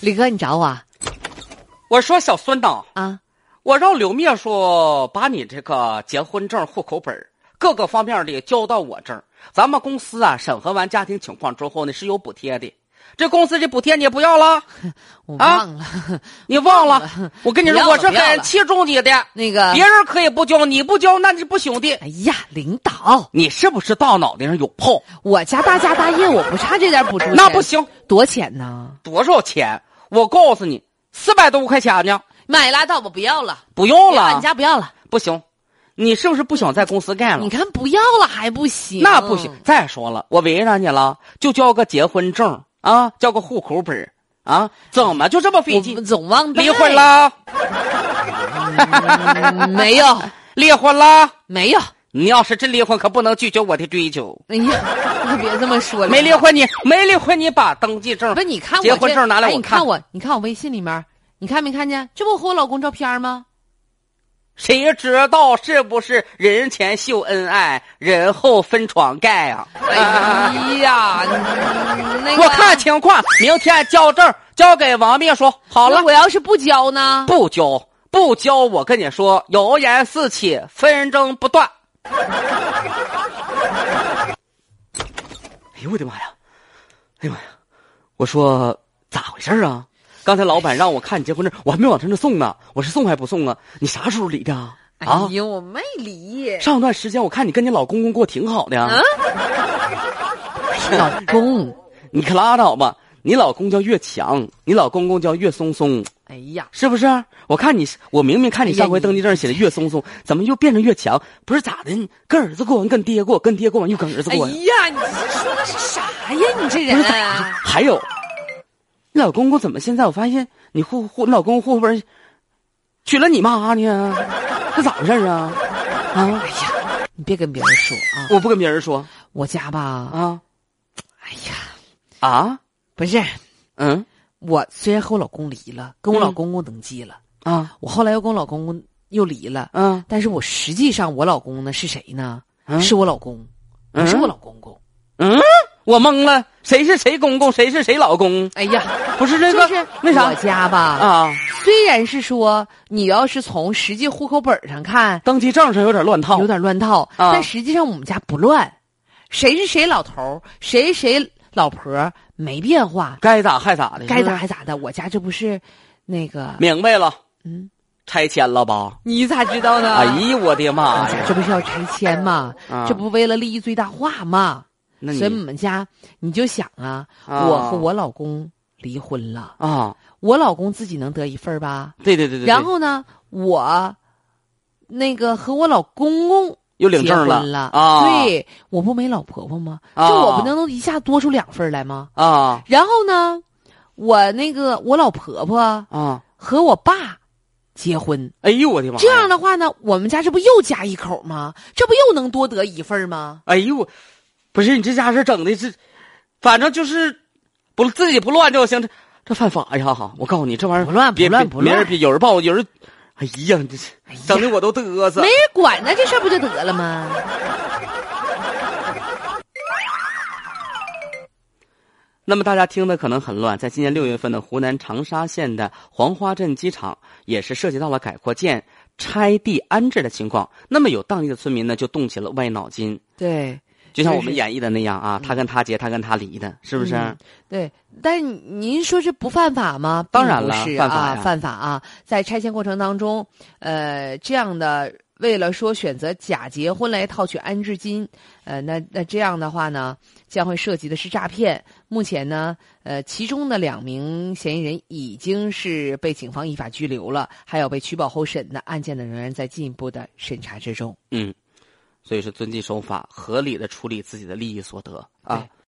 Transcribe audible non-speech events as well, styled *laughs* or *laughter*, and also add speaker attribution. Speaker 1: 李哥，你找我啊
Speaker 2: 我说小孙呐，
Speaker 1: 啊？
Speaker 2: 我让刘面说把你这个结婚证、户口本儿各个方面的交到我这儿。咱们公司啊，审核完家庭情况之后呢，是有补贴的。这公司这补贴你也不要了，
Speaker 1: 我
Speaker 2: 啊
Speaker 1: 忘了
Speaker 2: 你忘了？
Speaker 1: *laughs*
Speaker 2: 我跟你
Speaker 1: 不
Speaker 2: 说，
Speaker 1: 要了
Speaker 2: 我是
Speaker 1: 不要
Speaker 2: 很
Speaker 1: 了啊
Speaker 2: 器重你的。
Speaker 1: 那个
Speaker 2: 别人可以不交，你不交那你不兄弟。
Speaker 1: 哎呀，领导，
Speaker 2: 你是不是大脑袋上有泡？
Speaker 1: 我家大家大业，我不差这点补助钱。
Speaker 2: 那不，行，
Speaker 1: 多钱呢？
Speaker 2: 多少钱？我告诉你，四百多块钱呢，
Speaker 1: 买拉倒吧，不要了，
Speaker 2: 不用
Speaker 1: 别管
Speaker 2: 了
Speaker 1: 你。家不要了。
Speaker 2: 不行，你是不是不想在公司干了
Speaker 1: 你？看不要了还不行？
Speaker 2: 那不行。，再说了，我为难你了，就交个结婚证啊，交个户口本啊，怎么就这么费
Speaker 1: 我
Speaker 2: 劲？
Speaker 1: 们总忘带
Speaker 2: 离婚？啦，
Speaker 1: 嗯没有，
Speaker 2: 离婚啦！
Speaker 1: 没有。
Speaker 2: 你要是真离婚，可不能拒绝我的追求。
Speaker 1: *laughs* 哎呀，你别这么说了。
Speaker 2: 没离婚你，没离婚你把登记证
Speaker 1: 不是，你看我
Speaker 2: 结婚
Speaker 1: 这
Speaker 2: 证拿来
Speaker 1: 哎
Speaker 2: 我
Speaker 1: 你
Speaker 2: 看
Speaker 1: 看我，你看我微信里面，你看没看见？这不和我老公照片吗？
Speaker 2: 谁知道是不是人前秀恩爱，人后分床盖啊？
Speaker 1: *laughs* 哎呀，你那个
Speaker 2: 我看情况，明天交证交给王秘书。好
Speaker 1: 好
Speaker 2: 了
Speaker 1: 了，，我要是不交呢？
Speaker 2: 不交不交，我跟你说，谣言四起，纷争不断。哎呦我的妈呀！哎呦妈呀！我说咋回事儿啊？刚才老板让我看你结婚证，我还没往他那送呢。我是送还不送啊？你啥时候离的啊？
Speaker 1: 哎？
Speaker 2: 啊
Speaker 1: 呦，我没离。
Speaker 2: 上段时间我看你跟你老公公过挺好的呀、
Speaker 1: 嗯，老公，
Speaker 2: 你可拉倒吧！你老公叫岳强，你老公公叫岳松松，
Speaker 1: 哎呀，
Speaker 2: 是不是？我看你，我明明看你
Speaker 1: 哎呀哎
Speaker 2: 上回登记证写的岳松松，怎么又变成岳强？不是咋的？你跟儿子过完，跟爹过，跟爹过完又跟儿子
Speaker 1: 哎
Speaker 2: 过完，
Speaker 1: 呀，你这说的是啥呀？你这
Speaker 2: 不
Speaker 1: 人
Speaker 2: 是咋的？还有，你老公公怎么现在我发现你户户你老公户口本娶了你妈呢？这咋回事儿啊？啊！
Speaker 1: 你别跟别人说啊！
Speaker 2: 我不跟别人说
Speaker 1: 我家吧，
Speaker 2: 啊
Speaker 1: 哎呀，
Speaker 2: 啊
Speaker 1: 不是
Speaker 2: 嗯
Speaker 1: 我，虽然和我老公离了，跟我老
Speaker 2: 嗯
Speaker 1: 公公登记了，
Speaker 2: 啊
Speaker 1: 我后来又跟我老公公又离了，
Speaker 2: 嗯
Speaker 1: 但是我实际上我老公呢是谁呢？
Speaker 2: 嗯
Speaker 1: 是我老公，
Speaker 2: 嗯
Speaker 1: 不是我老公公。
Speaker 2: 嗯，我懵了，谁是谁公公，谁是谁老公？
Speaker 1: 哎呀，
Speaker 2: 不是这
Speaker 1: 就
Speaker 2: 个
Speaker 1: 是
Speaker 2: 为啥
Speaker 1: 我家吧？
Speaker 2: 啊？
Speaker 1: 虽然是说你要是从实际户口本上看
Speaker 2: 登记证上有点乱套
Speaker 1: 有，点乱套，
Speaker 2: 啊
Speaker 1: 但实际上我们家不乱，谁是谁老头儿，谁是谁老婆儿没变化，
Speaker 2: 该咋还咋的，
Speaker 1: 该
Speaker 2: 是吧
Speaker 1: 咋还咋的。我家这不是那个，
Speaker 2: 明白了，
Speaker 1: 嗯，
Speaker 2: 拆迁了吧？
Speaker 1: 你咋知道呢
Speaker 2: 哎呀，我的妈
Speaker 1: 我家
Speaker 2: 呀！
Speaker 1: 这不是要拆迁吗？
Speaker 2: 啊
Speaker 1: 这不为了利益最大化吗？
Speaker 2: 那
Speaker 1: 所以我
Speaker 2: 你
Speaker 1: 们家你就想啊，
Speaker 2: 啊
Speaker 1: 我和我老公离婚了，
Speaker 2: 啊，
Speaker 1: 我老公自己能得一份儿吧？
Speaker 2: 对对对对，
Speaker 1: 然后呢，我那个和我老公公
Speaker 2: 又领证
Speaker 1: 结婚
Speaker 2: 了
Speaker 1: 了
Speaker 2: 啊
Speaker 1: 对，我不没老婆婆吗？
Speaker 2: 啊
Speaker 1: 这我不能一下多出两份来吗？
Speaker 2: 对啊
Speaker 1: 然后呢，我那个我老婆婆
Speaker 2: 啊，
Speaker 1: 和我爸结婚，
Speaker 2: 哎呦我的妈！
Speaker 1: 这样，的话呢，我们家这不又加一口吗？这不又能多得一份吗？
Speaker 2: 哎呦我，不是你这家事整的是，反正就是不自己不乱就行，这这犯法呀！我告诉你，这玩意儿
Speaker 1: 不乱
Speaker 2: 别
Speaker 1: 不乱
Speaker 2: 别
Speaker 1: 不乱
Speaker 2: 没人别有人报，有人，哎呀，你这是
Speaker 1: 哎呀
Speaker 2: 整的我都嘚瑟
Speaker 1: 没。人管呢，这事儿不就得了吗？
Speaker 2: 那么大家听的可能很乱，在今年六月份的湖南长沙县的黄花镇机场也是涉及到了改扩建、拆地安置的情况。那么有当地的村民呢，就动起了歪脑筋，
Speaker 1: 对，
Speaker 2: 就像
Speaker 1: 是
Speaker 2: 我们
Speaker 1: 是
Speaker 2: 演绎的那样啊，他跟他结，他跟他离的，是不是？
Speaker 1: 嗯对，但是您说这不犯法吗？
Speaker 2: 当然了
Speaker 1: 并不是
Speaker 2: 犯法
Speaker 1: 啊
Speaker 2: 呀，
Speaker 1: 犯法啊！在拆迁过程当中，呃，这样的为了说选择假结婚来套取安置金，呃，那那这样的话呢，将会涉及的是诈骗。目前呢，呃，其中的两名嫌疑人已经是被警方依法拘留了，还有被取保候审。那案件呢，仍然在进一步的审查之中。
Speaker 2: 所以是遵纪守法，合理的处理自己的利益所得啊。
Speaker 1: 对